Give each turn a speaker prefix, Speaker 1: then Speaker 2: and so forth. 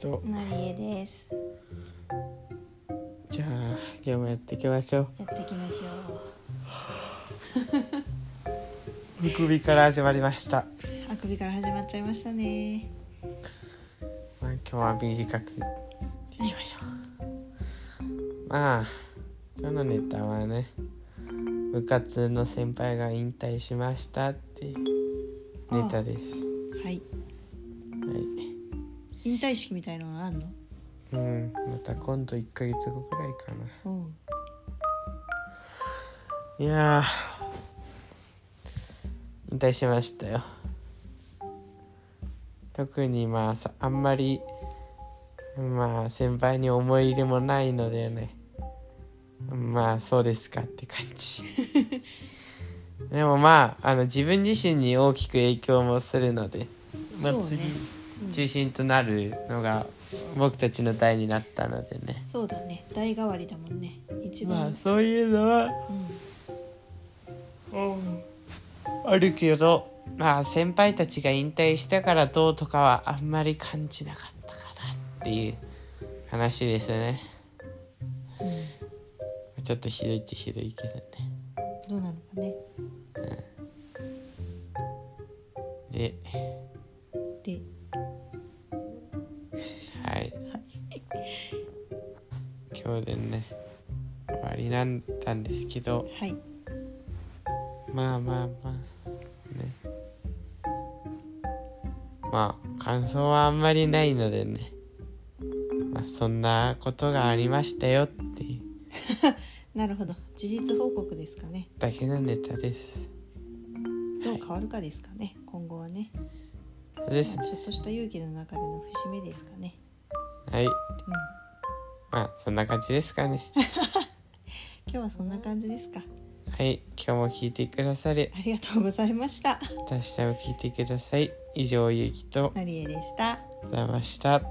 Speaker 1: そう
Speaker 2: なりえです
Speaker 1: じゃあ今日もやっていきましょう
Speaker 2: やっていきましょ
Speaker 1: むくびから始まりました、
Speaker 2: うあくびから始まっちゃいましたね
Speaker 1: まあ、今日は短くいきましょうまあ今日のネタはね部活の先輩が引退しましたっていうネタです
Speaker 2: はい
Speaker 1: はい
Speaker 2: 引退式みたいなのあんの
Speaker 1: うんまた今度1ヶ月後くらいかな
Speaker 2: おう
Speaker 1: いやー引退しましたよ特にまあさあんまりまあ先輩に思い入れもないのでねまあそうですかって感 じでもまああの自分自身に大きく影響もするので、まあ、
Speaker 2: そうね
Speaker 1: 次中心となるのが僕たちの代になったのでね
Speaker 2: そうだね代替わりだもんね一
Speaker 1: まあ
Speaker 2: 番、
Speaker 1: そういうのは、うんあるけどまあ先輩たちが引退したからどうとかはあんまり感じなかったかなっていう話ですねちょっとひどいってひどいけどね
Speaker 2: どうなのかね
Speaker 1: で
Speaker 2: で
Speaker 1: はい今日でね終わりなんだんですけど
Speaker 2: はい
Speaker 1: まあまあまあねまあ感想はあんまりないのでねまあそんなことがありましたよっていう
Speaker 2: なるほど事実報告ですかね
Speaker 1: だけのネタです
Speaker 2: どう変わるかですかね今後はね、
Speaker 1: そうです
Speaker 2: まあちょっとした勇気の中での節目ですかね
Speaker 1: はい
Speaker 2: うん
Speaker 1: まあそんな感じですかね
Speaker 2: 今日はそんな感じですか
Speaker 1: はい今日も聞いてくださり
Speaker 2: ありがとうございました
Speaker 1: また明日も聞いてください以上ゆうきと
Speaker 2: なりえでした
Speaker 1: ございました